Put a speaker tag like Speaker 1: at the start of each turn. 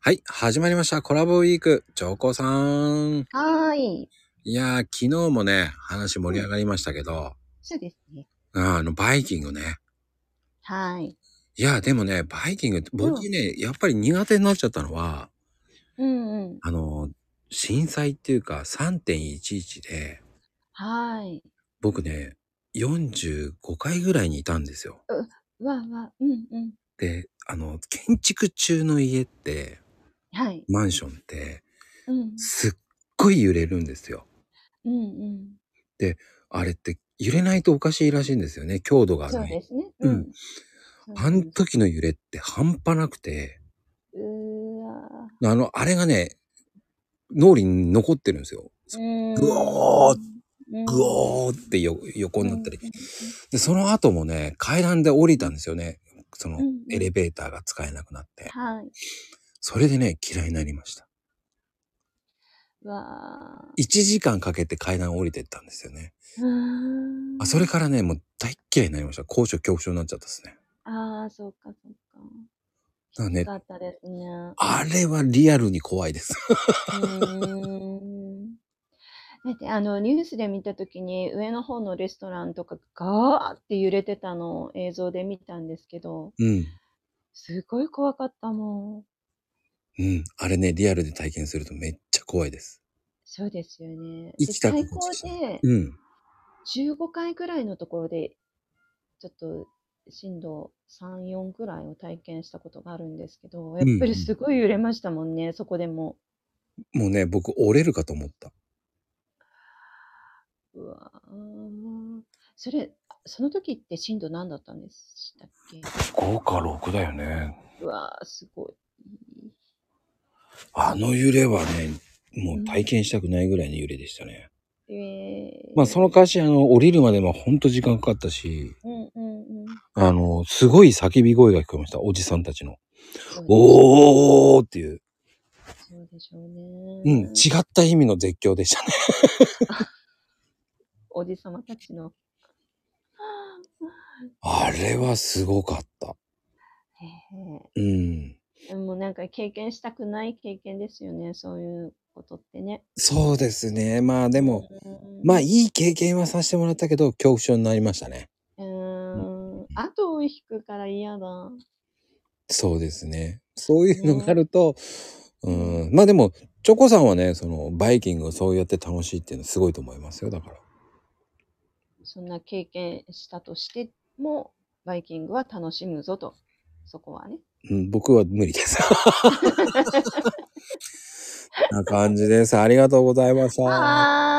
Speaker 1: はい、始まりました。コラボウィーク、上皇さん。
Speaker 2: はーい。
Speaker 1: いやー、昨日もね、話盛り上がりましたけど、
Speaker 2: そうですね。
Speaker 1: あの、バイキングね。
Speaker 2: はーい。
Speaker 1: いやー、でもね、バイキングって、僕ね、やっぱり苦手になっちゃったのは、
Speaker 2: うんうん。
Speaker 1: あの、震災っていうか3.11で、
Speaker 2: はーい。
Speaker 1: 僕ね、45回ぐらいにいたんですよ。
Speaker 2: わーわー。うんうん。
Speaker 1: で、あの、建築中の家って、
Speaker 2: はい。
Speaker 1: マンションって、
Speaker 2: うん。
Speaker 1: すっごい揺れるんですよ。
Speaker 2: うんうん。
Speaker 1: あれって、揺れないとおかしいらしいんですよね、強度が
Speaker 2: そう
Speaker 1: な
Speaker 2: で
Speaker 1: い。
Speaker 2: すね。
Speaker 1: うん
Speaker 2: うん。
Speaker 1: あの時の揺れって半端なくて、
Speaker 2: うーわ
Speaker 1: あの、あれがね、脳裏に残ってるんですよ。
Speaker 2: ー。
Speaker 1: ぐおー
Speaker 2: うん
Speaker 1: ぐおーってよ横になったり
Speaker 2: う。ん
Speaker 1: で、その後もね、階段で降りたんですよね。その
Speaker 2: うんうん
Speaker 1: エレベーターが使えなくなって。
Speaker 2: はい。
Speaker 1: それでね、嫌いになりました。
Speaker 2: わ
Speaker 1: 1時間かけて階段を降りてったんですよね。
Speaker 2: ー。うーん
Speaker 1: あそれからね、もう大っ嫌いになりました。高所恐怖症になっちゃったですね。
Speaker 2: ああ、そうかそうか。
Speaker 1: だからね
Speaker 2: よかったですね。
Speaker 1: あれはリアルに怖い です。
Speaker 2: うーんだってあのニュースで見た時に上の方のレストランとかガーって揺れてたのを映像で見たんですけど
Speaker 1: うん。
Speaker 2: すごい怖かったも
Speaker 1: う
Speaker 2: ん
Speaker 1: ん。あれね、リアルで体験するとめっちゃ怖いです。
Speaker 2: そうですよね
Speaker 1: 生きた
Speaker 2: で最
Speaker 1: 心
Speaker 2: 高
Speaker 1: 地し
Speaker 2: で
Speaker 1: うん。
Speaker 2: 15回ぐらいのところでちょっと震度34ぐらいを体験したことがあるんですけどやっぱりすごい揺れましたもんね、そこでも
Speaker 1: もうね、僕折れるかと思った。
Speaker 2: うわーそれその時って震度何だったんでしたっけ
Speaker 1: 5か6だよね。
Speaker 2: うわーすごい。
Speaker 1: あの揺れはね、もう体験したくないぐらいの揺れでしたね。
Speaker 2: えー、
Speaker 1: まあその代わり、あの、降りるまでもほんと時間かかったし、
Speaker 2: うんうんうん。
Speaker 1: あの、すごい叫び声が聞こえました。おじさんたちの。
Speaker 2: そうでしょ
Speaker 1: おーっていう。
Speaker 2: うそうでしょうね。
Speaker 1: うん、違った意味の絶叫でしたね。
Speaker 2: おじさまたちの。
Speaker 1: あれはすごかった。
Speaker 2: へ
Speaker 1: うん。
Speaker 2: え。もうなんか経験したくない経験ですよね。そういうことってね。
Speaker 1: そうですね。まあでも、
Speaker 2: うん、
Speaker 1: まあいい経験はさせてもらったけど、恐怖症になりましたね。
Speaker 2: うーん。後を引くから嫌だ。
Speaker 1: そうですね。そういうのがあると、うん、まあでも、チョコさんはね、その、バイキングをそうやって楽しいっていうのはすごいと思いますよ、だから。
Speaker 2: そんな経験したとしても、バイキングは楽しむぞと。そこはね。
Speaker 1: うん、僕は無理 です。な感じです。ありがとうございました。
Speaker 2: はーい。